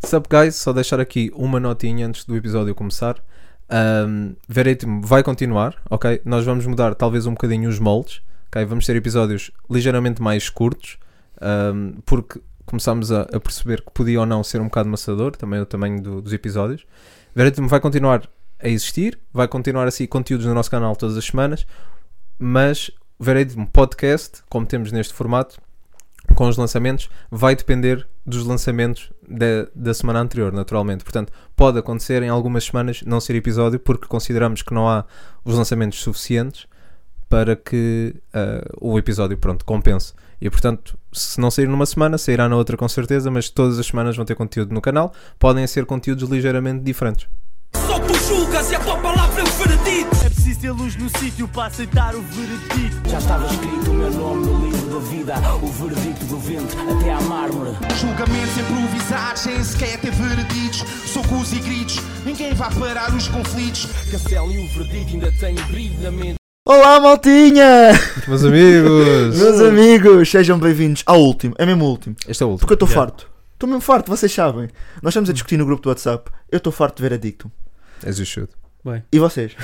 What's up, guys? Só deixar aqui uma notinha antes do episódio começar. Um, Veritmo vai continuar, ok? Nós vamos mudar talvez um bocadinho os moldes, ok? Vamos ter episódios ligeiramente mais curtos, um, porque começámos a, a perceber que podia ou não ser um bocado maçador, também o tamanho do- dos episódios. Veritmo vai continuar a existir, vai continuar assim conteúdos no nosso canal todas as semanas, mas Veritmo Podcast, como temos neste formato, com os lançamentos, vai depender dos lançamentos da, da semana anterior, naturalmente. Portanto, pode acontecer em algumas semanas não ser episódio, porque consideramos que não há os lançamentos suficientes para que ah, o episódio, pronto, compense. E, portanto, se não sair numa semana, sairá na outra com certeza, mas todas as semanas vão ter conteúdo no canal. Podem ser conteúdos ligeiramente diferentes. Só tu julgas e a tua palavra é o veredito. É preciso ter luz no sítio para aceitar o veredicto. Já estava escrito o meu nome no livro da vida, o veredito do vento até à mármore. Julgamentos improvisados, sem sequer ter vereditos. Socos e gritos, ninguém vai parar os conflitos. Cancelo e o veredito ainda tenho brilho na mente. Olá, maltinha! Meus amigos! Meus amigos, sejam bem-vindos ao último, é mesmo o último, este é o último. porque eu estou farto. Estou mesmo farto, vocês sabem. Nós estamos a discutir no grupo do WhatsApp. Eu estou farto de veredicto. As you should. E vocês?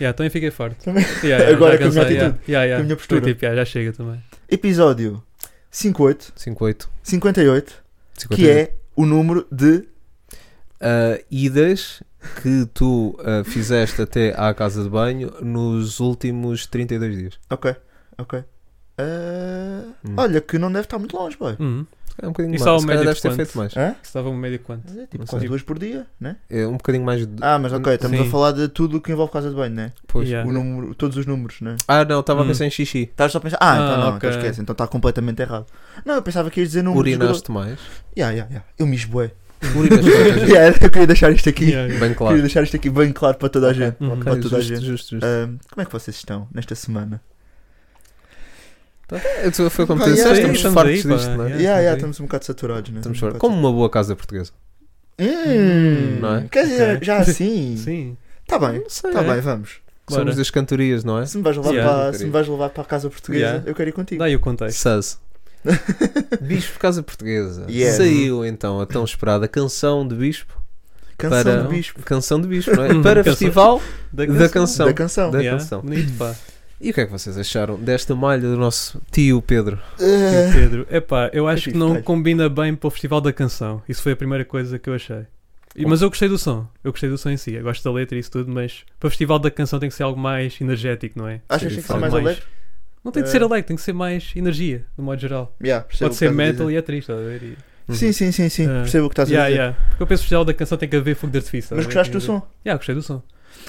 Yeah, também fiquei forte. Também. Yeah, yeah, Agora já com a minha cansei, atitude, yeah, yeah, yeah. com a minha postura. Tô Tipo, yeah, já chega também. Episódio 58, 58. 58, 58. que é o número de. uh, idas que tu uh, fizeste até à casa de banho nos últimos 32 dias. Ok, ok. Ah, Hum. Olha, que não deve estar muito longe, boy. Uhum. Se calhar um bocadinho Isso mais. ao Se calhar médio deves de ter quanto? feito mais. Hã? Que estava um médio quanto? Mas é Não tipo quase sei. duas por dia, né? É, um bocadinho mais. de- Ah, mas ok, estamos Sim. a falar de tudo o que envolve casa de banho, né? Pois. Yeah. O número, todos os números, né? Ah, não, estava a Hum. pensar em xixi. Estás só a pensar, ah, então Ah, ok. não, então esquece, então está completamente errado. Não, eu pensava que ias dizer números. Urinaste mais. Yeah, yeah, yeah. Eu me esboei. Urinaste mais. yeah, eu queria deixar isto aqui, Yeah, yeah. Bem queria claro. deixar isto aqui bem claro para toda a gente. Uhum. Ok, Para toda a justo, gente. justo, justo. Ahm, como é que vocês estão nesta semana? Tá. É, tu- Foi como Pá, tu yeah, disseste, yeah, estamos estamos fartos aí, pá, disto, não é? yeah. Yeah, yeah, ok. estamos um bocado saturados, né? Estamos um fartos. bocado Como uma boa casa portuguesa. saturados. Hum, Não é? Quer dizer, Ok. já assim. Sim. Está bem, Não sei. está é. bem, vamos. Que Somos Tá, Bora. das cantorias, não é? Se me vais levar, Yeah. para, se me vais levar para a casa portuguesa, Yeah. eu quero ir contigo. Dá aí o contexto. Saz. Bispo Casa Portuguesa. Yeah. Saiu então a tão esperada canção de Bispo. Canção para- um, do Bispo, Canção de Bispo, não é? Hum, Para canção. Festival da Canção. da canção. da Yeah, canção. Bonito, pá. E o que é que vocês acharam desta malha do nosso tio Pedro? Ah, E o Pedro. Epá, eu acho Aqui, que não detalhes. combina bem para o Festival da Canção. Isso foi a primeira coisa que eu achei. E- Mas eu gostei do som. Eu gostei do som em si. Eu gosto da letra e isso tudo, mas para o Festival da Canção tem que ser algo mais energético, não é? Achas Sim, que tem que ser faz mais mais. alegre? Não tem que É. ser alegre, tem que ser mais energia, no modo geral. Yeah, percebo o Pode que ser estás a dizer. metal e é triste, estás a ver? E- Sim, sim, sim, sim. Ah. Percebo o que estás a Yeah, dizer. yeah. Porque eu penso que o final da canção tem que haver fogo de artifício. estás Mas a ver? gostaste Tem do que- som? Yeah, gostei do som.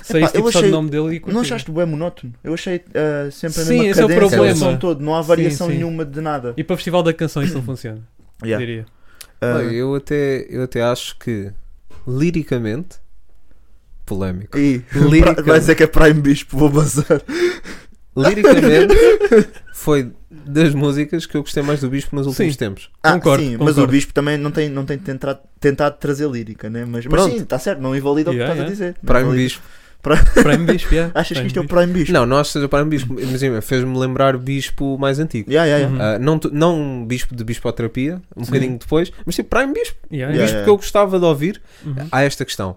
Sei tipo, só achei- do nome dele e curti. Não achaste bem monótono? Eu achei ah, sempre a Sim, mesma esse é o cadência problema. do som todo. Não há Sim, variação sim. nenhuma de nada. E para o festival da canção isso não funciona, Yeah. diria. Ah, Olha, eu, até, eu até acho que, liricamente, polémico. e Lírica. vai dizer que é Prime Bispo, vou bazar. Liricamente, foi das músicas que eu gostei mais do Bispo nos últimos Sim. tempos. Ah, Concordo, sim, mas o concordo. Bispo também não tem, não tem tentado, tentado trazer lírica, né? Mas, mas Pronto. sim, está certo, não invalida Yeah, yeah. um o que estás a dizer. Não Prime invalida. Bispo. Prime Bispo, yeah. Achas que Prime isto é o um Bispo. Prime Bispo? Não, não acho que seja Prime Bispo. Imagina, fez-me lembrar Bispo mais antigo. Yeah, yeah, yeah. Uhum. Ah, não, tu- não Bispo de Bispoterapia, um bocadinho depois, mas tipo Prime Bispo. Yeah, É. Yeah, yeah. Bispo que eu gostava de ouvir. Uhum. Há esta questão.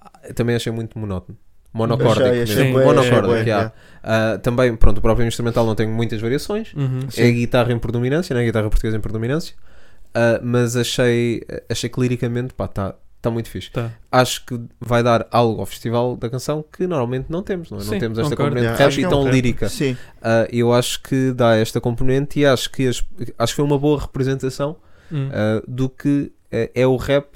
Ah, Também achei muito monótono. Monocórdico. Achei- achei mesmo. bué, Monocórdico, achei bué, yeah. Ah, também, pronto, o próprio instrumental não tem muitas variações. Uhum. É a guitarra em predominância, não é a guitarra portuguesa em predominância. Ah, mas achei, achei que liricamente está tá muito fixe. Tá. Acho que vai dar algo ao Festival da Canção que normalmente não temos, não, é? Não Sim, temos esta concordo. componente Yeah, rap acho que e é um tão rap. lírica. Sim, Ah, eu acho que dá esta componente e acho que, as- acho que foi uma boa representação Uhum. ah, do que eh, é o rap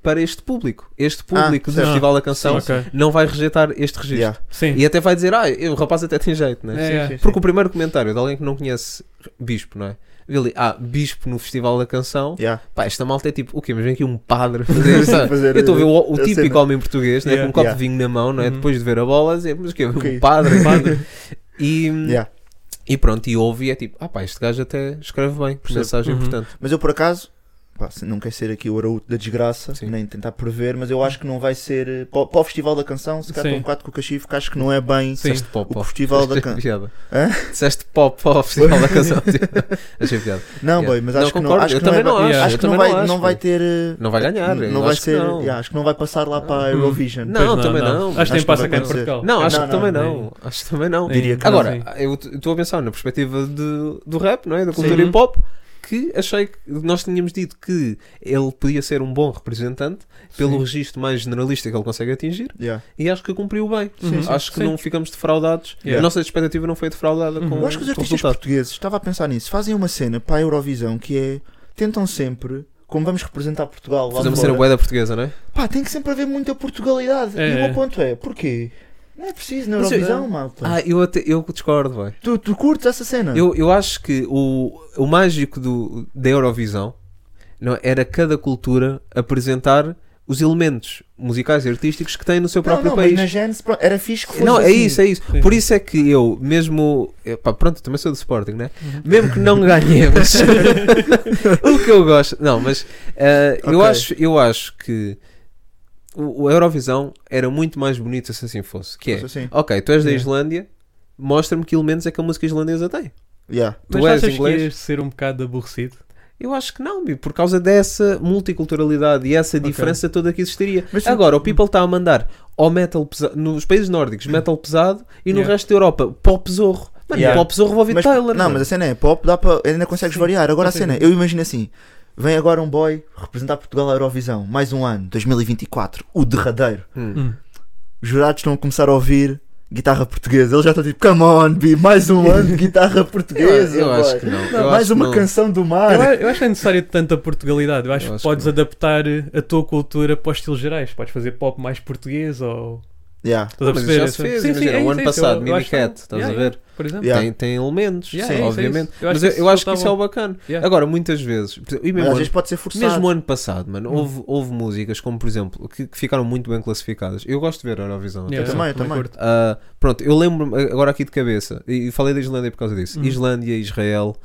para este público. Este público do certo. Festival da Canção Ok. não vai rejeitar este registro. yeah. Sim. E até vai dizer, ah, eu- o rapaz até tem jeito, né? É, Sim, é. sim, sim. Porque o primeiro comentário de alguém que não conhece Bispo, não é? Vê ali, ah, Bispo no Festival da Canção. Yeah. Pá, esta malta é tipo, o quê? Mas vem aqui um padre fazer esta- Fazer- Eu estou a ver o, o a típico cena. homem português, né? Yeah. Com um copo Yeah. de vinho na mão, não é? Uhum. Depois de ver a bola, dizer, mas o quê? Ok. Um padre. Padre. E, Yeah. e pronto, e ouve e é tipo, ah pá, este gajo até escreve bem, Percebo. mensagem Uhum. importante. Mas eu por acaso pá, se- não quer ser aqui o araújo da desgraça, Sim. nem tentar prever, mas eu acho que não vai ser. eh, Para, o- para o Festival da Canção, se calhar Sim. estou um bocado com o cachifo, que acho que não é bem Sim. Disseste pop o off. Festival da Achei Canção. piada. Hã? Disseste pop ao Festival da Canção. Achei piada. Não, Yeah. boy, mas Não, acho que não, concordo, acho eu que não é também não bem- acho, acho eu que não também vai, não não acho, vai pô. ter. eh, Não vai ganhar, eu Não vai acho que ser. não. yeah, acho que não vai passar lá para a Eurovision. Não, Pois também não. Acho que nem Acho que passa não cá em vai acontecer. Portugal. Não, acho Não, que não, também nem- não. Acho que também não. Diria que Agora, não, eu t- estou a pensar na perspectiva de- do rap, não é? Da cultura Sim. hip hop, que achei que nós tínhamos dito que ele podia ser um bom representante pelo registro mais generalista que ele consegue atingir Yeah. e acho que cumpriu bem. Uhum. Acho que Sim. não ficamos defraudados. Yeah. A nossa expectativa não foi defraudada Uhum. com, Eu acho que os com o artistas resultado. portugueses, estava a pensar nisso, fazem uma cena para a Eurovisão que é. Tentam sempre, como vamos representar Portugal lá Fazer uma fora, cena boeda portuguesa, não é? pá, tem que sempre haver muita Portugalidade. É, E o é. meu ponto é, porquê? Não é preciso na Mas eu- Eurovisão, malta. Ah, eu, até, eu discordo, vai. Tu, tu curtes essa cena? Eu, eu acho que o, o mágico do, da Eurovisão não, é? era cada cultura apresentar os elementos musicais e artísticos que tem no seu não, próprio não, país. Mas na Gênesis, pronto, era fixe que fosse Não, é assim. isso, é isso. Sim. Por isso é que eu, mesmo. eh, pá, pronto, também sou do Sporting, né? Uhum. Mesmo que não ganhemos. o que eu gosto. Não, mas eh, eu, Ok. acho, eu acho que o, o Eurovisão era muito mais bonito se assim fosse. Que é, Fosse assim. ok, tu és da Yeah. Islândia, mostra-me que elementos é que a música islandesa tem. Yeah. Tu Mas és achas que inglês? ias ser um bocado aborrecido? Eu acho que não, Bi, por causa dessa multiculturalidade e essa diferença toda que existiria. Mas se- Agora, o People está a mandar ao metal pesado, nos países nórdicos, metal pesado, e no Yeah. resto da Europa, pop zorro. Mano, Yeah. pop zorro envolve Mas- Taylor. não, mano. mas a cena é pop, dá para ainda consegues variar. Agora a cena, eu imagino assim: vem agora um boy representar Portugal à Eurovisão, mais um ano, 2024, o derradeiro. Hum. Hum. Os jurados estão a começar a ouvir guitarra portuguesa. Eles já estão tipo: come on, B, mais um ano de guitarra portuguesa. Eu- eu boy. acho que não. Eu mais acho que uma não. canção do mar. Eu, Ah, a- eu acho que não é necessário tanta Portugalidade. Eu acho, Eu acho que podes que adaptar eh, a tua cultura para os estilos gerais. Podes fazer pop mais português ou. Yeah. Estás a Mas perceber? isso já Essa- se fez, Sim, sim, imagina, é o isso, ano é isso, passado, eu- eu Mini acho que não. Cat, estás Yeah, a ver? Por exemplo. Yeah. Tem, tem elementos, Yeah, sim, é isso, é obviamente. isso. Eu mas acho que eu, isso eu acho que tá isso bom. é o bacana. Yeah. Agora, muitas vezes, e Mas mesmo, às ano, vezes pode ser forçado. mesmo ano passado, mano, houve, houve músicas como, por exemplo, que, que ficaram muito bem classificadas. Eu gosto de ver a Eurovisão. Yeah, também, yeah, eu também. curto. Ah, pronto, eu lembro-me agora aqui de cabeça, e falei da Islândia por causa Hum. disso. Islândia, Israel,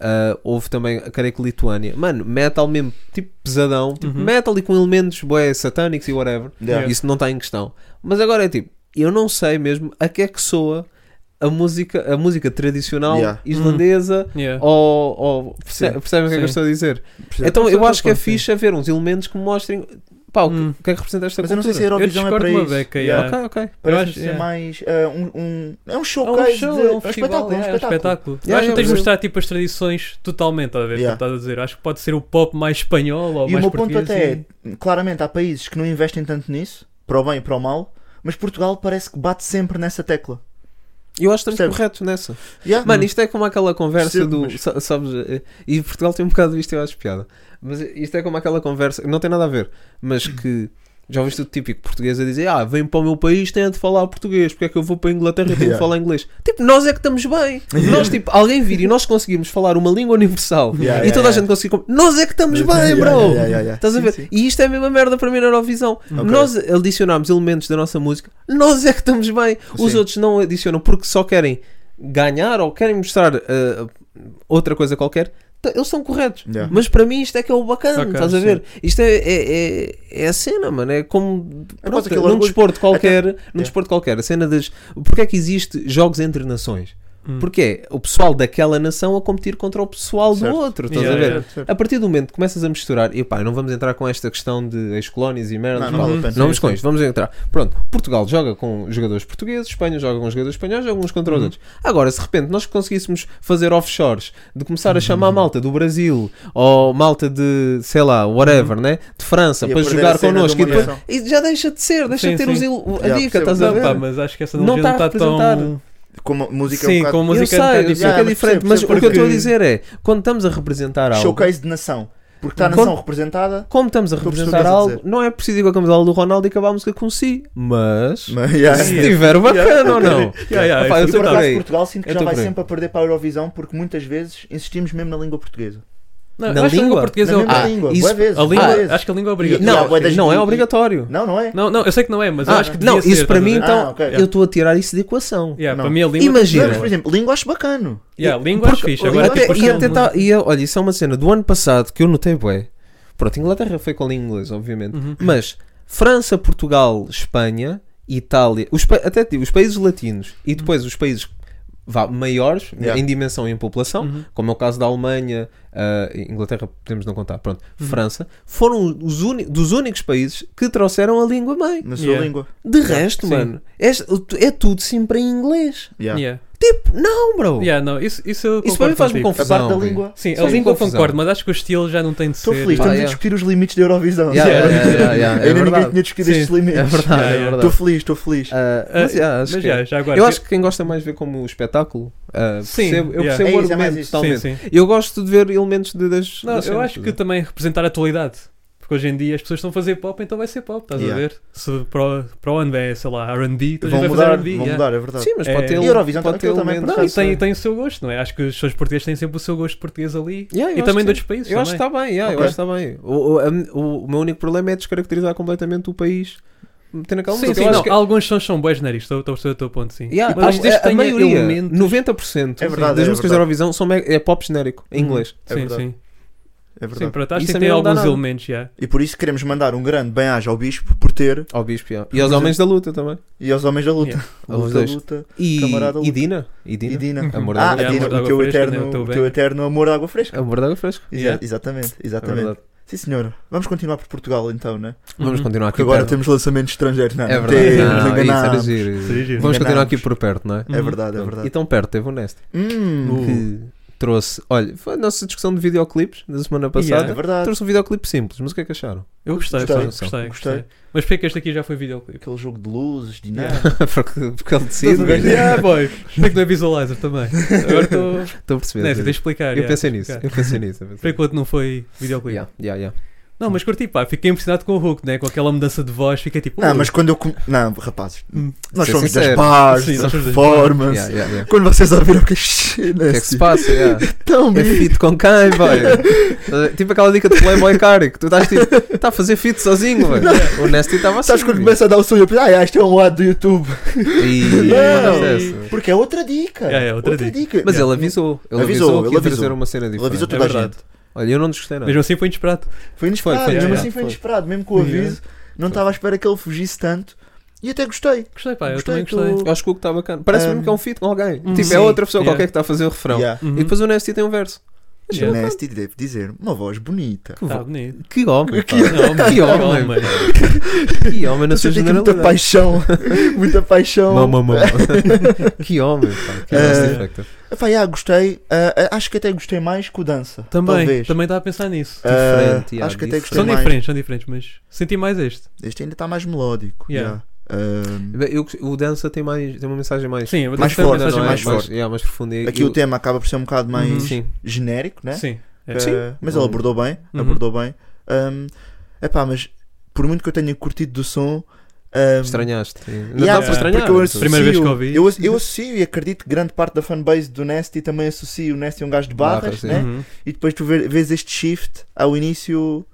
ah, houve também, creio que Lituânia. Mano, metal mesmo, tipo pesadão, Uhum. tipo metal e com elementos bué, satânicos e whatever. Yeah. Isso não está em questão. Mas agora é tipo, eu não sei mesmo a que é que soa a música, a música tradicional Yeah. islandesa. Hum. Yeah. Ou, ou perce- Sim. percebem o que é que eu Sim. estou a dizer? Percebo. Então eu Percebo acho que é o ponto, sim. fixe haver uns elementos que me mostrem pá, o que- Hum. o que é que representa esta Mas eu não cultura. sei se a Eurovisão é discordo para uma isso. beca, Yeah. yeah. Ok, ok. Parece acho- ser é. yeah. mais eh, um, um- É um É showcase. um show, de- é um festival, espetáculo, é um espetáculo. Yeah, Eu acho que yeah, tens de mas- mostrar tipo as tradições totalmente, estás a ver? Yeah. Como estás a dizer, acho que pode ser o pop mais espanhol ou E o mais meu ponto português. até e- é, claramente há países que não investem tanto nisso, para o bem e para o mal, mas Portugal parece que bate sempre nessa tecla. Eu acho que estamos Percebes? corretos nessa. Yeah. Mano, isto é como aquela conversa Percebo, do. mas- sa- Sabes? eh, E Portugal tem um bocado isto, eu acho piada. Mas isto é como aquela conversa. Não tem nada a ver, mas que. Já ouviste o típico português a dizer: Ah, vem para o meu país, têm de falar português, porque é que eu vou para a Inglaterra e tenho de Yeah. falar inglês? Tipo, nós é que estamos bem. Nós, tipo, alguém vir e nós conseguimos falar uma língua universal Yeah, e yeah, toda a yeah. gente conseguir. com- Nós é que estamos bem, Yeah, bro! yeah, yeah, yeah, yeah. Estás a é, Sim, ver? sim. E isto é a mesma merda para mim na Eurovisão. Nós adicionámos elementos da nossa música, nós é que estamos bem. Os Sim. outros não adicionam porque só querem ganhar ou querem mostrar ah, outra coisa qualquer. T- Eles são corretos. Yeah. Mas para mim isto é que é o bacana, Ok, estás a ver? Isto é, é, é- é a cena, mano. É como É quase pronto, aquele num orgulho. desporto qualquer. Num É. desporto qualquer. A cena das. Porquê é que existe jogos entre nações? Hum. Porque é o pessoal daquela nação a competir contra o pessoal Certo. do outro, estás Yeah, a ver? yeah, certo. A partir do momento que começas a misturar, e pá, não vamos entrar com esta questão de ex-colónias e merda, Não, não vale a pena. vamos com isto, vamos entrar. Pronto, Portugal joga com jogadores portugueses, Espanha joga com jogadores espanhóis, joga uns contra os Uhum. outros. Agora, se de repente nós conseguíssemos fazer offshores, de começar a Uhum. chamar malta do Brasil ou malta de, sei lá, whatever, né? De França, Ia para perder jogar Uhum. a cena connosco de e uma depois. nação. e já deixa de ser, deixa de Sim, ter sim. os il- a Já, dica, percebo. estás a Não, ver? pá, mas acho que essa Não analogia não está a está tão. representar. Como a música é um Sim, bocado com a Eu música sei, não está eu sei que é mas diferente, percebo, mas percebo o que eu estou a porque- dizer é, quando estamos a representar algo, showcase de nação. Porque está a Quando- nação representada. como estamos a Estou a perceber representar o que estás a algo, não é preciso ir com a camisola do Ronaldo e acabar a música com si, mas Mas, yeah. se tiver bacana ou não. Yeah, yeah, Epá, eu eu E estou por por acaso aí. Portugal sinto que Eu já estou vai por aí. sempre a perder para a Eurovisão porque muitas vezes insistimos mesmo na língua portuguesa. Não, Na eu acho que a língua língua? portuguesa é na o- mesma ah, língua. isso- Boa vezes. A bué língua, vezes. acho que a língua é E- e há obrigatória. bué das- não é e- obrigatório. Não, não é? Não, não, eu sei que não é, mas eu Ah, acho que devia não, isso ser, para mim, estás a ver? então, Ah, ok. eu estou a tirar isso de equação. Yeah, não. Para mim a língua. Imagina. Mas, por exemplo, língua acho bacana. Yeah, língua acho Porque- fixe. Agora até- tipo, é e até tá- e, olha, isso é uma cena do ano passado que eu notei, bué. Pronto, Inglaterra foi com a língua inglesa, obviamente. Uhum. Mas França, Portugal, Espanha, Itália, os, pa- até digo, os países latinos e Uhum. depois os países vá, maiores Yeah. em dimensão e em população, Uhum. como é o caso da Alemanha, ah, Inglaterra podemos não contar, pronto, Uhum. França, foram os uni- dos únicos países que trouxeram a língua mãe. Na sua Yeah. língua. De resto, Sim. mano, é, é tudo sempre em inglês. Yeah. Yeah. Tipo, não, bro. Yeah, não, isso, isso eu Isso para mim concordo faz-me contigo. A confusão. parte da velho. língua. Sim, Sim, a língua eu confusão. concordo, mas acho que o estilo já não tem de Estou ser. feliz, Pá, estamos yeah. a discutir os limites da Eurovisão. Ah, é. Yeah, yeah, yeah, yeah, é Ainda ninguém verdade. tinha discutido Sim. estes limites. É verdade, Yeah, é yeah. verdade. Estou feliz, estou feliz. Ah, Ah, mas, yeah, acho mas que- já, já agora. Eu acho que quem gosta mais vê como espetáculo. ah, Sim, percebo- eu percebo yeah. É o isso, é mais argumento isso. totalmente. Sim, sim. Eu gosto de ver elementos de, das. Não, das eu cenas, acho que estás a ver? também representar a atualidade. Porque hoje em dia as pessoas estão a fazer pop, então vai ser pop, estás Yeah. a ver? Se para, o- para onde é, sei lá, RB, então a gente Vão vai fazer mudar, RB. vão yeah. mudar, é verdade. Sim, mas É. pode ter. E ele- Eurovisão pode ter aquilo também, elementos- por Não, e acaso, tem, é. tem o seu gosto, não é? Acho que os pessoas portugueses têm sempre o seu gosto português ali. Yeah, eu e acho também que de outros sim. países. Eu acho que tá também. está bem, yeah, eu Ok. acho que está bem. O, o, a- o- o meu único problema é descaracterizar completamente o país. Tendo aquela Sim, música. sim, eu acho não, que- é- alguns sons são boas nariz, estou estou a perceber o teu ponto, sim. Yeah, Mas acho que desde que a tenha maioria, elementos- 90% É verdade, das é músicas verdade. da Eurovisão são me- é pop genérico, em Uhum. inglês. É sim, verdade. sim. É Sim, verdade. pronto, acho Isso que a tem mim não dá alguns nada. elementos, já. E por isso queremos mandar um grande bem-aja ao Bispo por ter Ao Bispo. yeah. E aos Homens da Luta também. e aos homens da luta. Aos Luta, dois. luta. E, Camarada e Luta. Dina. E Dina. E Dina. Amor da Ah, Água É, a Fresca. Dina, amor de água o teu, fresca, né, eterno, o teu o bem. teu eterno amor de água fresca. Amor da Água Fresca. Exa- Yeah. Exatamente, É exatamente. verdade. Sim, senhora. Vamos continuar por Portugal então, né? Vamos Uhum. continuar aqui. Porque agora perto. temos lançamentos estrangeiros. Não, É não verdade. temos, Não, isso era enganámos. giro. Seria giro. Vamos continuar aqui Enganámos. por perto, não é? É verdade, é verdade. E tão perto, teve o Nest. Hum, Uh. Que trouxe. Olha, foi a nossa discussão de videoclipes da semana passada. é Yeah. verdade. Trouxe um videoclipe simples, mas o que é que acharam? Eu gostei, Gostei. pá, gostei, gostei, Gostei. Mas porquê que este aqui já foi videoclipe? Aquele jogo de luzes, dinâmico. Yeah. porque, porque ele decide. Tudo bem. Estou yeah, boy. Porquê que não é visualizer também? Agora estou. a perceber. Né, tens eu de explicar. yeah, pensei nisso, explicar. eu pensei nisso. eu pensei Porquê que o outro não foi nisso. videoclipe? Yeah, yeah, yeah. Não, mas curti, pá, fiquei impressionado com o Hulk, né? Com aquela mudança de voz, fiquei tipo. Não, "Ui". mas quando eu. com- Não, rapazes, Hum. nós Ser somos das sincero. paz, Sim, das nós somos das performance. Yeah, yeah, yeah. Quando vocês ouviram que China, O que é que se passa? Yeah. tão É bem. fit com quem, velho? tipo aquela dica de Playboy Cari, que tu estás tipo, está a fazer fit sozinho, velho. O Nasty estava assim. Sabes quando começa a dar o sonho? Eu penso, ah, isto é um lado do YouTube. E- Não. Acontece. Porque é outra dica. É, é outra dica. Mas Yeah. ele avisou, ele Avisou, avisou, que ele ia avisou. trazer uma cena Ele diferente. avisou É toda a verdade. gente. Olha, eu não desgostei nada. Mesmo assim foi inesperado. Foi inesperado, Foi, foi mesmo inesperado. assim foi Foi. inesperado. Mesmo com o Yeah. aviso, não estava à espera que ele fugisse tanto. E até gostei. Gostei, pá, eu Gostei, também gostei. tu- Eu acho que o que está bacana. Parece Um, mesmo que é um feat com alguém. Hum, tipo, sim. é outra pessoa Yeah. qualquer que está a fazer o refrão. Yeah. Uhum. E depois né? o Nasty tem um verso. Yeah. Nasty deve dizer uma voz bonita. Que, Tá vo- bonito. que homem, pá. Não, mas- Que homem. Não, mas- que homem na sua Você tem aqui muita generalidade. paixão. muita paixão. Mamma, mamma. que homem, pá. Que Nasty Eh, Factor. Epá, yeah, gostei. Ah, ah, acho que até gostei mais que o dança. Também, Talvez. também estava a pensar nisso. Ah, Diferente, yeah, acho que até diferente. gostei São mais. diferentes, são diferentes, mas senti mais este. Este ainda está mais melódico. Yeah. yeah. Ah, Bem, eu gost- o dança tem, mais, tem uma mensagem mais. Sim, eu Mais tenho forte, uma mensagem não é? mais forte. yeah, mais profunda. E- Aqui e o tema acaba por ser um bocado mais Uhum. Sim. genérico, né? Sim. Eh, Sim. Mas ele abordou bem, Uhum. abordou bem. Um, epá, mas por muito que eu tenha curtido do som, um, Estranhaste. sim. Não yeah, dá para estranhar. então. porque eu isso. associo, Primeira vez que ouvi. Eu, asso- eu associo e acredito que grande parte da fanbase do Nasty também associa o Nasty a um gajo de barras, Barras, sim. né? Uhum. E depois tu vê- vês este shift ao início.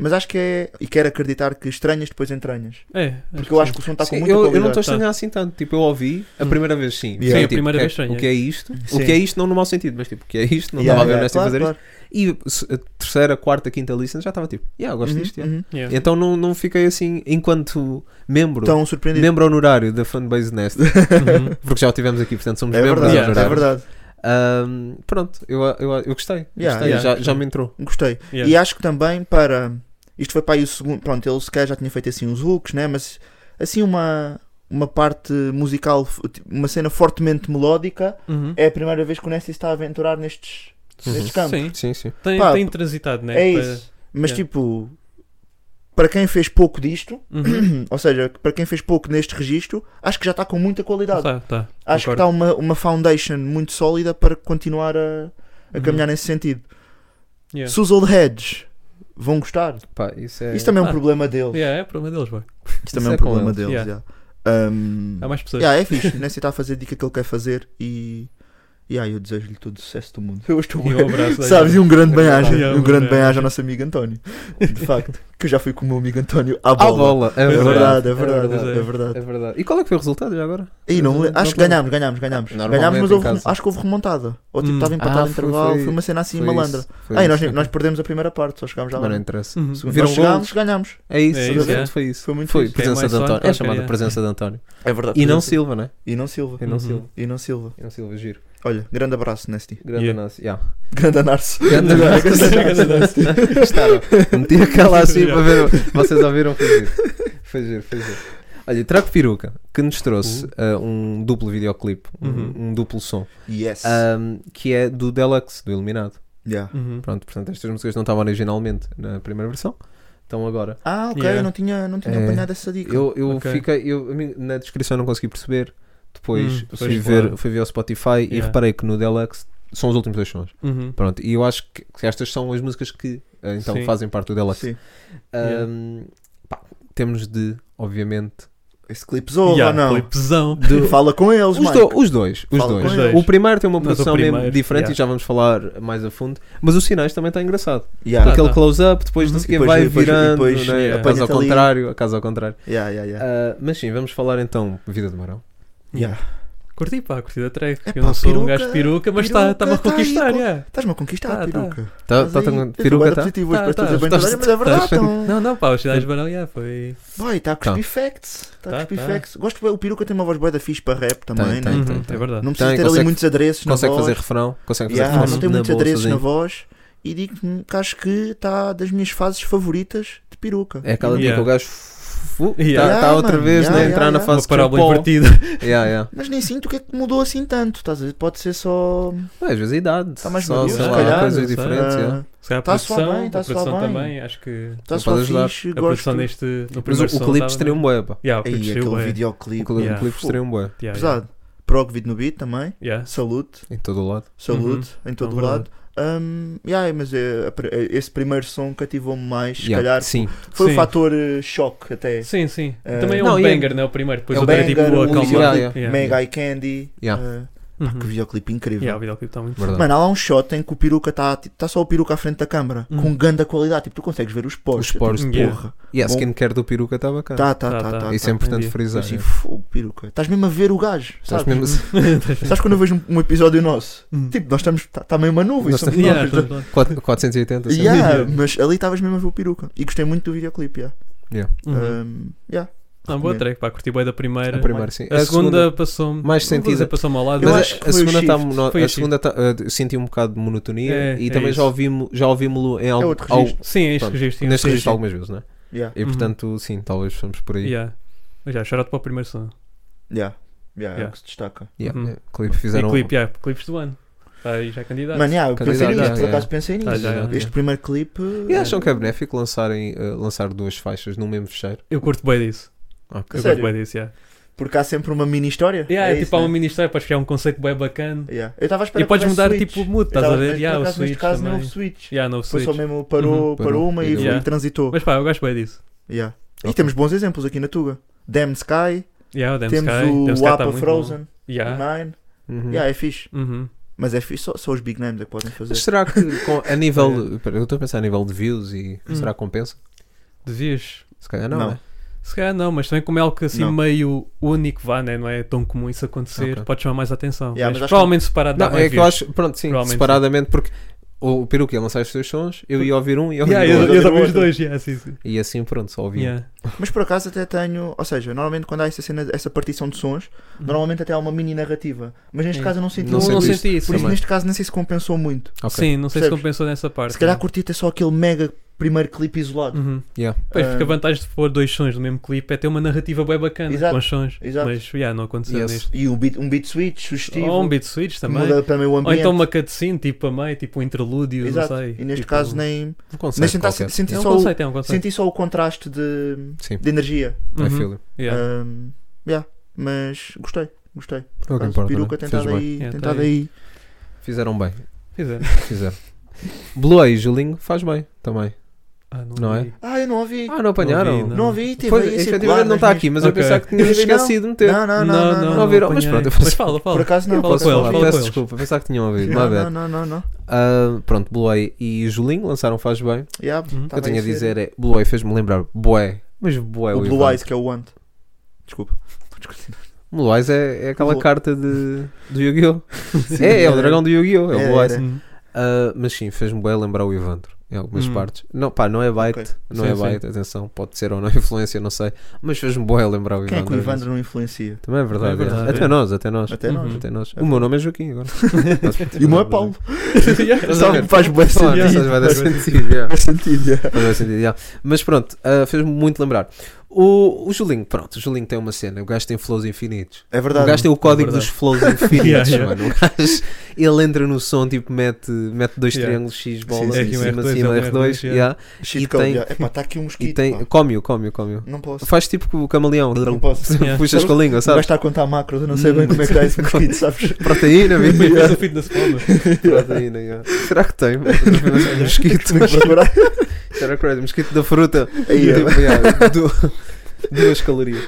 Mas acho que é. E quero acreditar que estranhas depois entranhas. É, Porque eu acho que o som está Sim, Tá com muita eu, eu não qualidade. estou a estranhar assim tanto. Tipo, eu ouvi a Hum. primeira vez, sim. Sim, a Tipo, primeira o que é- vez Tá. sim, O que é isto? O Sim. que é isto? Não no mau sentido, mas tipo, o que é isto? Não Yeah, estava a ver o yeah, Nasty claro, fazer claro. isto. E se- a terceira, quarta, quinta lista já estava tipo, yeah, eu gosto Uhum, disto. yeah. uhum. Yeah. Então não, não fiquei assim, enquanto membro, Tão surpreendido. membro honorário da fanbase Nest, Uhum. porque já o tivemos aqui, portanto somos É membros verdade, Yeah. é honorários. verdade. Ahm, pronto, eu, eu, eu gostei. Yeah, gostei, yeah, já, gostei. já me entrou. Gostei. Yeah. E acho que também para. Isto foi para aí o segundo. Pronto, ele sequer já tinha feito assim uns hooks, né? Mas assim uma, uma parte musical, f- tipo, uma cena fortemente melódica. Uhum. É a primeira vez que o Nessie está a aventurar nestes, nestes Uhum. campos. Sim, Sim, sim. tem, Pá, tem transitado, né? É Para- isso. Mas Yeah. tipo, para quem fez pouco disto, Uhum. ou seja, para quem fez pouco neste registro, acho que já está com muita qualidade. Tá, tá. acho que concordo. está uma, uma foundation muito sólida para continuar a, a Uhum. caminhar nesse sentido. Yeah. Se os old heads vão gostar, Pá, isso é. isso também é um Ah. problema deles. Yeah, é problema deles, boy. Isso também é Isso um é com problema eles. deles. Yeah. já. Um, é Há mais pessoas. yeah, é fixe, nem se está a fazer a dica que ele quer fazer e, e E aí eu desejo-lhe todo o sucesso do mundo. Eu estou E um abraço. da Sabes, e um grande bem-aja, verdade. um grande É. bem-aja ao nosso amigo António. De facto, que eu já fui com o meu amigo António à À bola. bola. É Pois É verdade. verdade, é verdade, verdade. é verdade. É verdade. E qual é que foi o resultado já agora? E não, me lembro. Não acho que lembro. ganhámos, ganhámos, ganhámos. Normalmente Ganhámos, mas em houve, um, casa. acho que houve remontada. Ou tipo, Hum. estava empatado Ah, em foi- intervalo, foi, foi- uma cena assim Foi malandra. isso, foi Ah, e nós, isso. nós perdemos a primeira parte, só chegámos já Mas lá. não interessa. Uhum. Segundo, Viram nós chegámos, golos? ganhámos. É isso, É isso, basicamente é. foi isso. Foi muito Foi fixe. presença Quem mais de só António. É António, chamada é. presença de António. É verdade. E não Silva, né? E não Silva. E não Uhum. Silva. E não Silva. E não Silva, giro. Olha, grande abraço, Nasty. Grande Yeah. anúncio. Yeah. Grande anarço. Grande Gostaram? Meti aquela assim para ver. Vocês ouviram? Foi giro. Foi giro, foi giro. Olha, Traco Peruca, que nos trouxe ah, um duplo videoclipe, um- Uh. Uhum. um, duplo som, Yes. ahm, que é do Deluxe, do Iluminado. Yeah. Uhum. Pronto, portanto, estas músicas não estavam originalmente na primeira versão, estão agora. Ah, ok, Yeah. eu não tinha, não tinha É. apanhado essa dica. Eu, eu Ok. fiquei, eu, a mim, na descrição não consegui perceber, depois Hum, fui, pois, ver, claro. fui ver ao Spotify e Yeah. reparei que no Deluxe são os últimos dois sons. Uhum. Pronto, e eu acho que que estas são as músicas que ah, então Sim. fazem parte do Deluxe. Sim. Yeah. Um, pá, temos de, obviamente. Esse clipe zorra, Yeah, não. foi pesão. Fala com eles, Os, mano. do- os dois, os Fala dois. com os eles. dois. O primeiro tem uma Mas o produção mesmo primeiro, diferente yeah. e já vamos falar mais a fundo. Mas os sinais também está engraçado. Yeah. Tá, Aquele tá. close-up, depois não Uhum. sei o quê, Depois- vai depois- virando, depois, né? yeah. a casa ao apanha-te ali. contrário, a casa ao contrário. Yeah, yeah, yeah. Ah, mas sim, vamos falar então Vida de Marão. Yeah. Curti, pá, curti da track. Epá, eu não sou um É peruca, gajo de peruca, mas peruca, está-me a tá aí, conquistar, co- yeah. Estás-me a conquistar, Tá, peruca. Tá, Estás tá, aí. tá, Tens um peruca guarda tá? positivo Tá, hoje para tá. trazer bem Estás- trabalho, mas é verdade, estás- então. Não, não, pá, os sinais de verão, yeah, foi. Vai, está a cuspir facts. Está Tá, a cuspir tá. facts. Gosto bem, o peruca tem uma voz boa da fixe para rap também, Tem, né? tem, Uhum, tem. É verdade. Não precisa Tem, ter consegue- ali muitos adereços na Consegue voz. fazer refrão, consegue fazer Yeah, refrão. não tem na muitos boa, adereços na sozinho. voz. E digo-me que acho que está das minhas fases favoritas de peruca. É aquela dica, Yeah. o gajo está Yeah. Yeah, outra mano, vez yeah, né, yeah, entrar na yeah. fase Uma parábola de invertida. yeah, yeah. Mas nem sinto o que é que mudou assim tanto. Estás a ver? Pode ser só. ah, Não, Às vezes a idade, Está mais só, maduro, sei se lá, calhar, coisas não sei. diferentes. yeah. Se calhar a Tá a soar produção, bem, tá a a soar produção bem. também, acho que Está Não tá só podes ajudar. fixe. a produção Gosto. deste. No Mas primeiro o, o som clipe tava- estreou um weba. Yeah, o clipe Aí, estreou, é. aquele O videoclipe. É clipe Yeah. estreou um bué. Yeah, yeah. Pesado. Prog beat no beat também. Yeah. Salute. Em todo o lado. Saúde, em todo É verdade. lado. Um, yeah, mas é, a pri- esse primeiro som cativou-me mais, se Yeah, calhar. Sim. Foi Sim. um fator eh, choque até. Sim, sim. Eh, Também é um não, e é- banger, não é o primeiro. Depois é o outro é tipo banger, o o acalmar. videoclipe, Yeah, Mega Eye Candy. Yeah. eh, Uhum. pá, que videoclipe incrível. Yeah, o videoclipe está muito Verdade. Mano, há lá um shot em que o peruca está tá só o peruca à frente da câmara, Hum. com grande qualidade. Tipo, tu consegues ver os poros. Os poros, tipo, yeah. porra. E a Bom. skincare do peruca está bacana. Tá, tá, Tá, tá. tá. tá, tá, Isso é importante entendi. Eu frisar. assim, yeah. fogo, peruca. Estás mesmo a ver o gajo. Estás Sabes? mesmo Sabes quando eu vejo um, um episódio nosso? Hum. Tipo, nós estamos. Está tá meio uma nuvem. Nós somos estamos- Yeah, nós. tudo bem. quatro- 480. assim. Yeah, mas ali estavas mesmo a ver o peruca. E gostei muito do videoclipe. Yeah. Uhum. Um, yeah. Não, boa track, pá, curti bem da primeira. A primeira, sim. A segunda passou-me. mais não vou sentido. dizer Passou-me ao lado, Eu Mas mas acho que a, a foi o segunda está shift. mono- Foi o a segunda tá, uh, senti um bocado de monotonia É, e é também isso. já ouvimos já ouvimos-lo em algo, outro ao, registro. sim, é este pronto, registro. neste sim. registro algumas vezes, né? Yeah. E Uhum. portanto, sim, talvez fomos por aí. Yeah. Mas já, shout-out para o primeiro som. Yeah. Yeah, É Yeah. o que se destaca. Yeah, Uhum. é, clipe fizeram. E um. clipe, yeah, clipes do ano. Está aí já é candidato. Mano, yeah, eu pensei Candidato, nisto, yeah, por yeah. acaso pensei nisso. Tá, já, já. Este primeiro clipe. E acham que é benéfico lançarem, uh, lançar duas faixas num mesmo fecheiro? Eu curto bem disso. Ok. Eu Sério? curto bem disso, yeah. Porque há sempre uma mini história. Yeah, é, isso, tipo, há né? É uma mini história, podes criar um conceito bem bacana. Yeah. Eu estava a esperar E podes que houvesse mudar switch. tipo o mood, Eu estás tava- a ver? mas, Yeah, por o acaso, switch neste caso também. não houve switch. Yeah, novo Foi só switch. mesmo parou, Uhum. parou uma e, foi- Yeah. e transitou. Mas pá, eu gosto bem disso. Yeah. Ok. E temos bons exemplos aqui na Tuga. Damn Sky, Yeah, o Damn temos Sky. Damn o Sky tá Wapa muito Frozen, bom. Yeah. Mine. Uhum. Yeah, é fixe. Uhum. Mas é fixe, só, só os big names é que podem fazer. Mas será que com- a nível. Pera, Eu estou a pensar a nível de views e Hum. será que compensa? Devias. Se calhar não, Não. é. né? Se calhar não, mas também como é algo que assim Não. meio único vá, né? não é tão comum isso acontecer, Ok. pode chamar mais atenção. Yeah, mas, mas acho provavelmente separado dá Não, mais é que eu views. acho. Pronto, sim, Provavelmente separadamente, porque o peruca ia lançar os seus sons, eu ia ouvir um e ia ouvir Yeah, o eu, outro. eu, Outra, também os outra. dois, yeah, sim, sim. E assim, pronto, só ouvi. um. Yeah. Mas por acaso até tenho, ou seja, normalmente quando há essa cena, essa partição de sons, normalmente até há uma mini narrativa. Mas neste É. caso eu não senti Não Uhum. Não, sei não por isso. isso. senti isso. Por isso também. neste caso nem sei se compensou muito. Ok. Sim, não sei se Percebes? compensou nessa parte. Se calhar né? curti ter só aquele mega primeiro clipe isolado. Uhum. Yeah. Pois, porque a Ah. vantagem de pôr dois sons no mesmo clipe é ter uma narrativa bem bacana Exato, com os sons. exato. Mas yeah, não aconteceu Yes. neste. E um beat, um beat switch, sugestivo. Ou um beat switch que também. Muda também o Ou ambiente. então uma cutscene tipo a meio, tipo um interlúdio, Exato. não sei. E neste tipo, caso nem. Um conceito Mas senti, qualquer. senti É um só o, conceito, é um conceito. senti só o contraste de, Sim, de energia. é Uhum. feeling. Yeah. Um, yeah. Mas gostei, gostei. É o que Caso, importa. peruca né? Fez tentado bem. aí, É, tá tentado aí. aí. Fizeram bem. Ah. Fizeram. Fizeram. Blue Eye, Julinho, faz bem também. Ah, não, Não é? vi. Ah, eu não ouvi. Ah, não apanharam? Não vi, não ouvi, teve Pois, aí a circular, efetivamente não mas- está aqui, mas Ok. eu pensava que tinha Eu vi, não. esquecido de meter. Não, não, não, não, não, não não. ouviram, mas apanhei. pronto, eu posso- Mas fala, fala. Por acaso não. Fala por Posso com eles, acaso falar? não fala Peço com eles. desculpa, pensava que tinham ouvido. Não, Não, não, não, não, não, não. pronto, Bluey e Julinho lançaram Faz Bem. Yeah, Uhum. o que eu tava tenho a aí ser. dizer é: Bluey fez-me lembrar Boé. Mas Boé, O Blue Eyes, que é o Want. Desculpa. Blue Eyes é, é aquela Blue- carta de, do Yu-Gi-Oh! é, é o dragão do Yu-Gi-Oh! É o Era, Blue Eyes. era. Hum. Ah, mas sim, fez-me bem lembrar o Ivandro em algumas Hum. partes. Não, pá, não é bait, Ok. não Sim, é sim. bait, atenção, pode ser ou não influência, não sei, mas fez-me bem lembrar o Quem é que o Ivandro. Ivandro não influencia? Também é verdade, É verdade, é. até é. nós, até nós. Até nós. Uhum. Até nós. É O meu nome é Joaquim agora. E o meu é Paulo. Yeah. Estás a ver? Sabe, faz bem Claro, Yeah. isso sentido. vai dar Faz bem sentido. yeah. Faz sentido, yeah. Faz bem sentido, yeah. Mas pronto, ah, fez-me muito lembrar. O, o Julinho, pronto, o Julinho tem uma cena, o gajo tem flows infinitos. É O verdade. gajo tem o código verdade. dos flows infinitos, Yeah, yeah. mano. O gajo, ele entra no som, tipo, mete, mete dois Yeah. triângulos, X, bola, sim, em sim. cima, R2, cima, L1, R2, yeah. yeah. Cheat e code, tem- yeah. Epá, tá aqui um E mosquito. tem. pá. Come-o, come-o, come-o. Não posso. Faz tipo com o camaleão. Não posso. Yeah. Puxas com a língua, O gajo sabes? está a contar macros, eu não sei bem como é que dá esse mosquito, sabes? Proteína, Depois vi- fez o fitness palma. proteína. yeah. Será que tem? Mosquito. Procurar. Era crazy. Mosquito da fruta. Aí, Tipo, yeah, du- Duas calorias.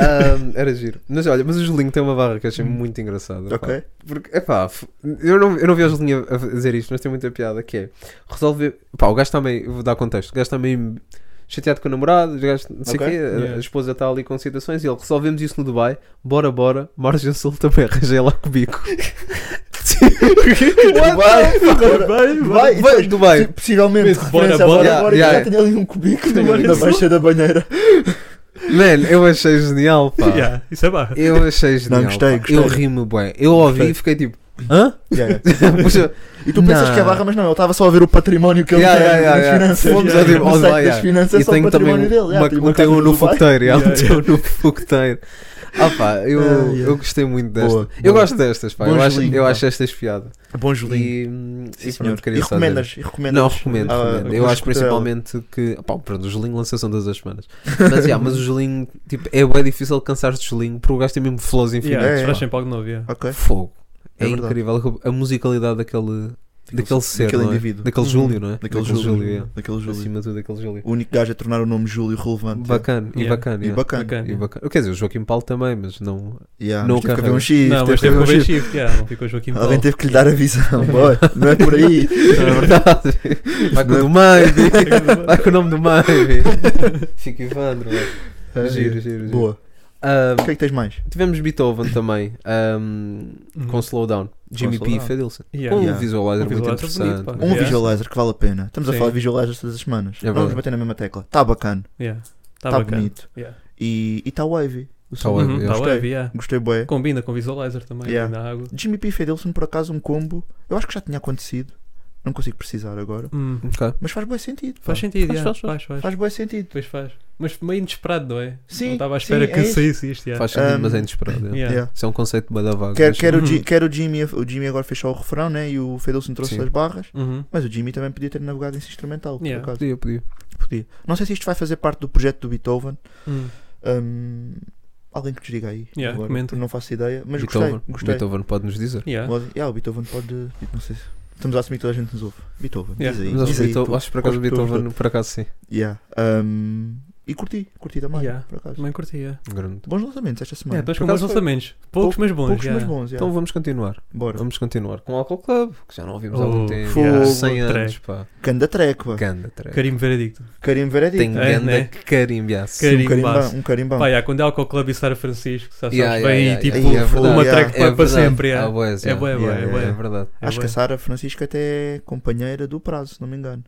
Ahm, era giro. Mas olha, mas o Julinho tem uma barra que eu achei muito engraçada. pá. Ok. Porque, epá, f- eu não, eu não vi o Julinho a a dizer isto, mas tem muita piada que é resolver. Pá, o gajo também, eu vou dar contexto, o gajo também chateado com o namorado, o gajo, não sei o Ok. quê, a- a, Yeah. esposa está ali com situações e ele resolvemos isso no Dubai, bora, bora, Margem Sul também arranjei lá comigo. Agora Vai, vai, vai. agora vai. e Vai, depois, Dubai. tipo, Possivelmente, Penso, bora, referência bora. agora, agora Yeah, já yeah. tenho ali um cubico Tem ali na um baixa da banheira. Mano, eu achei genial, pá. Yeah, isso é barra. Eu achei genial. gostei, pá. gostei. Eu ri-me bem. Eu ouvi e Gostei. fiquei tipo, hã? Yeah, yeah. Puxa, E tu pensas Não. que é barra, mas não, ele estava só a ver o património que ele Yeah, tem yeah, yeah, yeah. nas finanças. Fomos yeah. ao Dubai, No site yeah. das finanças e é só o tenho também património um, dele. uma- yeah, tipo, um tem casa um no no Dubai. fogueteiro. yeah, Yeah, tem um no fogueteiro. Ah pá, eu, Ah, yeah. eu gostei muito desta. Boa, eu boa. gosto destas, pá. Bom eu, acho, Julinho, eu pá. acho estas piadas. Bom E, hum, Sim, e pronto, senhor. queria E só dizer. recomendas, e recomendas. Não, recomendo, Ah, recomendo. ah, Eu ah, acho escuta ela. principalmente que. Pá, pronto, o Julinho lança-se todas as semanas. Mas yeah, mas o Julinho, tipo, é bem difícil alcançar de Julinho porque o gajo tem mesmo flows infinitos. Yeah, é, é. faz sempre algo novo, yeah. Ok. Fogo. É, É verdade. incrível a musicalidade daquele, daquele ser, daquele não é? indivíduo. daquele Uhum. Júlio, não é? Daquele Júlio. é. Daquele Júlio. Acima de tudo, daquele Júlio. O único gajo a tornar o nome Júlio relevante. Bacana, e Yeah. bacana. E yeah. bacana. Bacana. E bacana. Quer dizer, o Joaquim Paulo também, mas não. Yeah, No mas teve que haver carro. um shift. Não, mas que teve haver que então. um haver shift. shift, yeah, não ficou Joaquim Paulo. Alguém teve que lhe dar a visão. boy. Não é por aí. Não é verdade. Vai com o do meio, vi. Vai com o nome do meio, vi. Fica Ivandro, velho. Giro, giro, giro. É, Boa. Ah, O que é que tens mais? tivemos Beethoven também, ahm, Hum. com Slowdown. Jimmy P. e Slowdown. Fadilson. Yeah. Com um Yeah. visualizer Um muito visualizer interessante. bonito, pá. mano. Um Yeah. visualizer que vale a pena. Estamos a é. Sim. falar de visualizers todas as semanas. É Vamos verdade. bater na mesma tecla. Está bacana. Yeah. Tá Está bacana. bonito. Yeah. E está wavy. O som. Tá wavy. Uhum, eu tá gostei. wave, yeah. Gostei bué. Combina com visualizer também Yeah. na água. Jimmy P. e Fidelson, por acaso, um combo. Eu acho que já tinha acontecido. Não consigo precisar agora. Hum, Ok. Mas faz bué sentido. pá. Faz sentido, Faz, yeah. faz, faz, faz, faz. Faz bué sentido. Pois faz. Mas meio inesperado, não é? Sim, Não estava à sim, espera que é isso. saísse isto. Yeah. Faz sentido, Ahm, mas é inesperado. é. Yeah. Yeah. Isso é um conceito bada vago. Quer, mas- quer, o, Ji- Uhum. quer o Jimmy, o Jimmy agora fechou o refrão, né? E o Fidelson trouxe Sim. as barras. Uhum. Mas o Jimmy também podia ter navegado nesse instrumental, por Yeah. acaso. Podia, podia. Podia. Não sei se isto vai fazer parte do projeto do Beethoven. Hum. Hum, alguém que nos diga aí. Yeah, agora. comenta. Não faço ideia, mas Beethoven, gostei. gostei. Beethoven pode nos dizer. Yeah. Pode- yeah, o Beethoven pode. Não sei se. Estamos a assumir que toda a gente nos ouve. Beethoven, Yeah. diz aí. Mas acho, diz que aí Beethoven- tu. acho que por acaso Gosto de Beethoven, por acaso sim. Yeah. Hum, e curti, curti também. Yeah. Por acaso. Também curtia. Grande. Bons lançamentos esta semana. Yeah, dois Por com bons acaso foi- lançamentos. Poucos, mas bons. Poucos, yeah. mas bons. Yeah. Então vamos continuar. Bora. Vamos continuar com o Alcohol Club, que já não ouvimos há Oh, algum tempo. fogo, 100 treco. anos, pá. Ganda treco. Ganda, treco. Carimbo veredicto. Carimbo veredicto. Tem É, né? ganda carimbiaço. Carimbo. Um carimbão. Um Pá, carimbão. yeah, quando é Alcohol Club e Sara Francisco, já sabes Yeah, yeah, bem, yeah, tipo, yeah, é verdade. uma Yeah. track para- É para verdade. sempre. yeah. Ah, boas, É yeah. boa, é boa, Yeah, é boa. É verdade. É Acho que a bué. Sara Francisco até é companheira do prazo, se não me engano.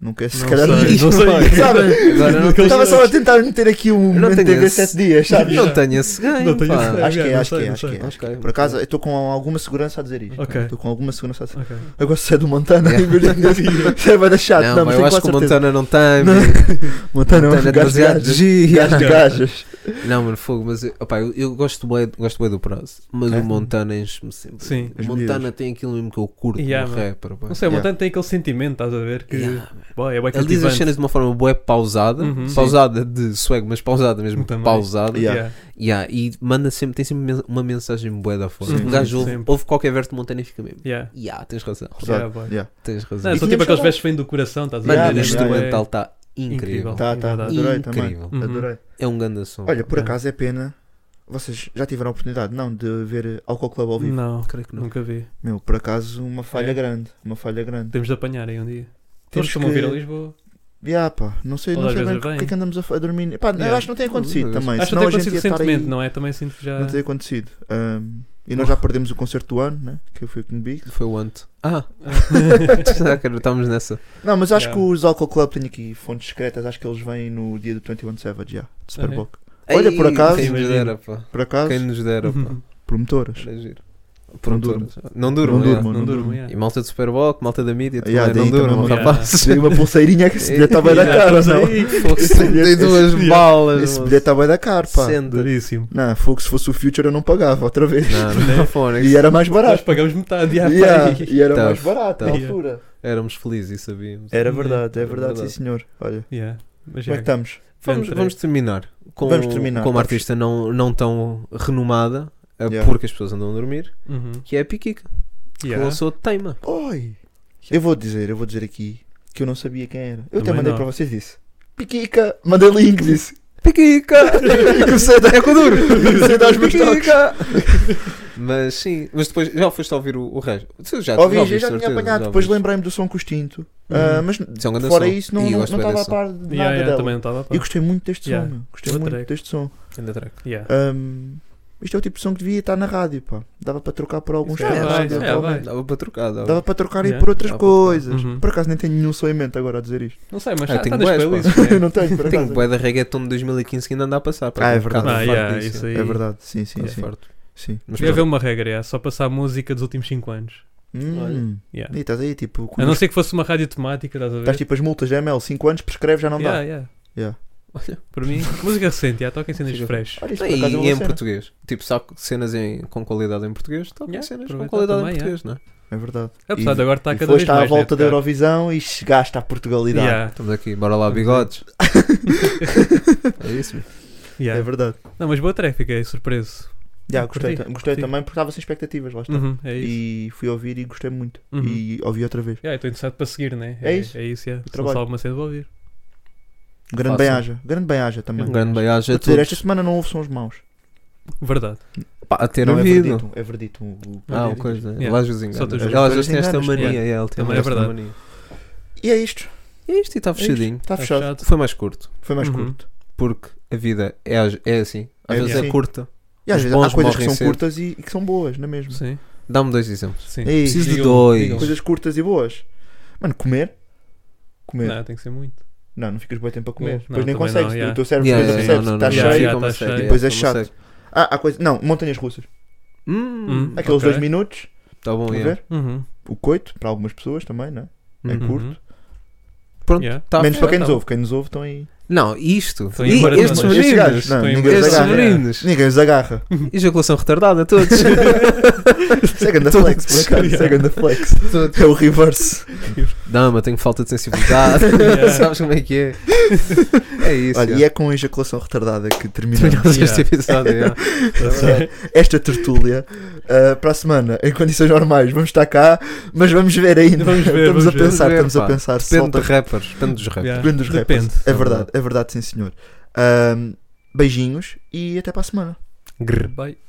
Nunca se Não calhar sei, não sei. Sabe? Agora não Aquele tenho, Estava só a tentar meter aqui um Eu não momento tenho TV esse- 7 dias, sabes? não tenho esse ganho. Não tenho pá. esse ganho. Acho que é, não acho que sei, é, não acho que sei. é. acho que Ok. é. Por acaso, eu estou com alguma segurança a dizer isto. Ok. Estou com alguma segurança a dizer Ok. Agora se é do Montana, em vez de- já vai dar chato. Não, Não, mas eu mas tenho acho quase que o certeza. Montana não tem. Montana é um Montana é gajo de demasiado gajas. G. Gajo de gajas. Não, mano, fogo, mas eu, opá, eu, eu gosto bem, gosto bem do prazo, mas É? o Montana enche-me sempre. Sim. O Montana tem aquilo mesmo que eu curto Yeah, no mano. rapper, pá. Não sei, o Yeah. Montana tem aquele sentimento, estás a ver? Que Yeah, boy, é bué tipo, Ele diz as cativante. cenas de uma forma bué pausada, Uhum. pausada de swag, mas pausada mesmo, Também. pausada. Yeah. Yeah, e manda sempre, tem sempre men- uma mensagem bué da forma. Sim. O gajo ouve, Sempre. ouve qualquer verso de Montana e fica mesmo. Yeah. Yeah, tens razão, Exato, Yeah, É, boy. yeah. tens razão. Não, E são tipo tínhamos aqueles falado- versos que vêm do coração, estás a ver? Mano, Yeah, o yeah, yeah. instrumental está incrível. Incrível. Tá, tá, Verdade. adorei também. incrível. Uhum. Adorei. É um grande som. Olha, por Yeah. acaso é pena. Vocês já tiveram a oportunidade, não, de ver Alcohol Club ao vivo? Não, creio que não. nunca vi. Meu, por acaso, uma falha É. grande. Uma falha grande. Temos de apanhar aí um dia. Todos Temos estão a vir a que- Lisboa. Yeah, pá, não sei, Ou não às sei bem vezes o que vem. é que andamos a, f- a dormir. Pá, eu Yeah. acho que não tem acontecido Às vezes. também. Acho que senão até a gente acontecido ia estar aí- recentemente, não é? Também sinto que já. Não tem acontecido. Ahm, e nós já perdemos o concerto do ano, né? Que foi o King Big. Foi o Ant. Ah, será que estamos nessa? Não, mas acho Yeah. que os Alcohol Club têm aqui fontes secretas. Acho que eles vêm no dia do 21 Savage, já. Ah, de é? Superbock. Olha, Ei, por acaso- Uhum. Quem nos Imagina. dera, pá. Por acaso, Quem nos dera, pá. promotoras. Era giro. Não durmo. Produtoras. Não durmam. Não é. durmo, não não durmo, durmo. yeah. E malta de Superbock, malta da mídia, também Yeah, não daí durmam, também, yeah. rapazes. Tem uma pulseirinha que esse bilhete está bem da Yeah. cara, não? Ei, Esse Tem bilhete- duas esse- balas. Esse mano. bilhete está bem da cara, pá. Senta. Duríssimo. Não, fogo, se fosse o Future eu não pagava outra vez. Não, não, é não, Fónix. E é- era mais Nós barato. pagamos metade. Yeah, Yeah, pai. E era Tá. mais barato na Tá. altura. Éramos felizes e sabíamos. Era verdade, verdade, é é verdade, verdade, sim, sim senhor. Olha, Yeah. Mas como é que já, estamos? Vamos, vamos terminar com, Vamos terminar, com uma vamos. artista não, não tão renomada, é Yeah. porque as pessoas andam a dormir, Uhum. que é a Piquica, que Yeah. lançou Teima. Oi! Eu vou dizer, eu vou dizer aqui que eu não sabia quem era. Eu até Também mandei não. para vocês isso. Piquica, mandei link disse. Piquica! Comecei a dar É com duro! Comecei a dar os meus toques. Piquica! Mas sim, mas depois já foste ouvir o, o resto. Tu já, Ouvi, ouviste, já, já tinha É, certeza, apanhado, já depois ouviste. lembrei-me do som com o extinto. Uhum. Ah, mas Isso é um grande fora som. isso não E eu não- não gosto bem estava a desse som. par de nada Yeah, yeah, dela. também não tá estava a par. E gostei muito deste Yeah. som, meu. Gostei Boa muito track. deste som. Ainda trago. Yeah. Ahm, isto é o tipo de som que devia estar na rádio, pá. Dava para trocar por alguns Isso é, canais. vai, dava isso é, para- vai. Dava para trocar, dava. Dava para trocar Yeah. e por outras Dava para coisas. Uhum. Por acaso nem tenho nenhum som em mente agora a dizer isto. Não sei, mas Ah, eu está tenho tá nas bués, pá. playlists. né? Eu não tenho, por Tem um acaso. bué da reggaeton de 2015 que ainda anda a passar. pá. Ah, é Tem um bocado verdade. Ah, de farto yeah, disso, isso é. aí. Tá É verdade, sim, sim, Bocado sim. farto. sim. Mas Devia haver pronto. uma regra, é só passar música dos últimos 5 anos. Hum. Yeah. E estás aí, tipo, com A não os- ser que fosse uma rádio temática, estás a ver? estás tipo as multas da ML, 5 anos, prescreve, já não yeah, dá. yeah. Yeah. Olha. Para mim, música recente, yeah, toquem cenas Fica- fresh. Olha, isto por acaso é Então, E uma em cena. português. Tipo, saco cenas em- com qualidade em português, toca Yeah, cenas com aproveitar qualidade também, em português, não é? É verdade. Apesar de agora está e cada vez foste mais. à volta né, da cara? Eurovisão e chegaste à Portugalidade. Yeah, Estamos aqui, bora lá, bigodes. é isso. meu. yeah. É verdade. Não, mas boa track, fiquei surpreso. Yeah, gostei Curti, gostei curti. também porque estava sem expectativas, lá está. Uhum, é isso. E fui ouvir e gostei muito. Uhum. E ouvi outra vez. Yeah, Estou interessado para seguir, né? É isso. É isso, yeah. Se não trabalho. só alguma cena vou ouvir. Grande Fácil. bem-aja. Grande bem-aja também. Um grande beijo a Vou dizer, esta todos. semana não houve sons maus. Verdade. Pá, a ter não, é ouvido. verdito. É verdito. o- o- Ah, Verdito. uma coisa. Yeah. Elas os Só tu enganas. julgas. Elas vezes têm Elas esta enganas, mania. yeah. É, ele tem Também é esta verdade. mania. E é isto. E isto e está É isto. fechadinho. Está Tá fechado. Foi mais curto. Foi mais Uhum. curto. Porque a vida é, às- é assim. Às É vezes assim. é curta. E às Os vezes bons há coisas que morrem são cedo. curtas e, e que são boas, não é mesmo? Sim. Dá-me dois exemplos. Sim. Ei, Preciso de digam- dois. digam. Coisas curtas e boas. Mano, comer. Comer. Não, Não, tem que ser muito. não, ficas bom tempo a Não, comer. não, Depois nem também consegues. tipo, não, yeah. O teu cérebro Yeah, depois yeah, percebe-se não, que não, está não, cheio. fica tá uma cheio. série, Depois é fica uma chato. série. Ah, há coisa. Não, montanhas russas. Hum, Hum. Aqueles Ok. dois minutos. Tá bom, Estão a yeah. ver? Uhum. O coito, para algumas pessoas também, não é? É Uhum. curto. Pronto, Yeah. tá Menos feito. para quem nos tá bom. ouve. Quem nos ouve estão aí. Não, isto. Foi E embora estes todos. Estes meninos. gajos, não, Estou em ninguém os Estes Agarra. agarra. meninos. Ninguém os agarra. Ejaculação retardada, todos. Isso é ganda flex, por acaso. Isso é ganda flex. Todos. É o reverse. Não, mas tenho falta de sensibilidade. Sabes como é que é? É isso. Olha, já. e é com ejaculação retardada que terminamos Terminamos este Yeah. episódio. já. Tá esta tertúlia. Uh, para a semana, em condições normais, vamos estar cá, mas vamos ver ainda. Vamos ver, estamos vamos a ver. pensar, Vamos ver, estamos pá. a pensar. Depende de Solta, rappers. Depende dos rappers. Yeah. depende dos rappers. Depende. É verdade, é verdade, sim senhor. Um, beijinhos e até para a semana. Grr. Bye.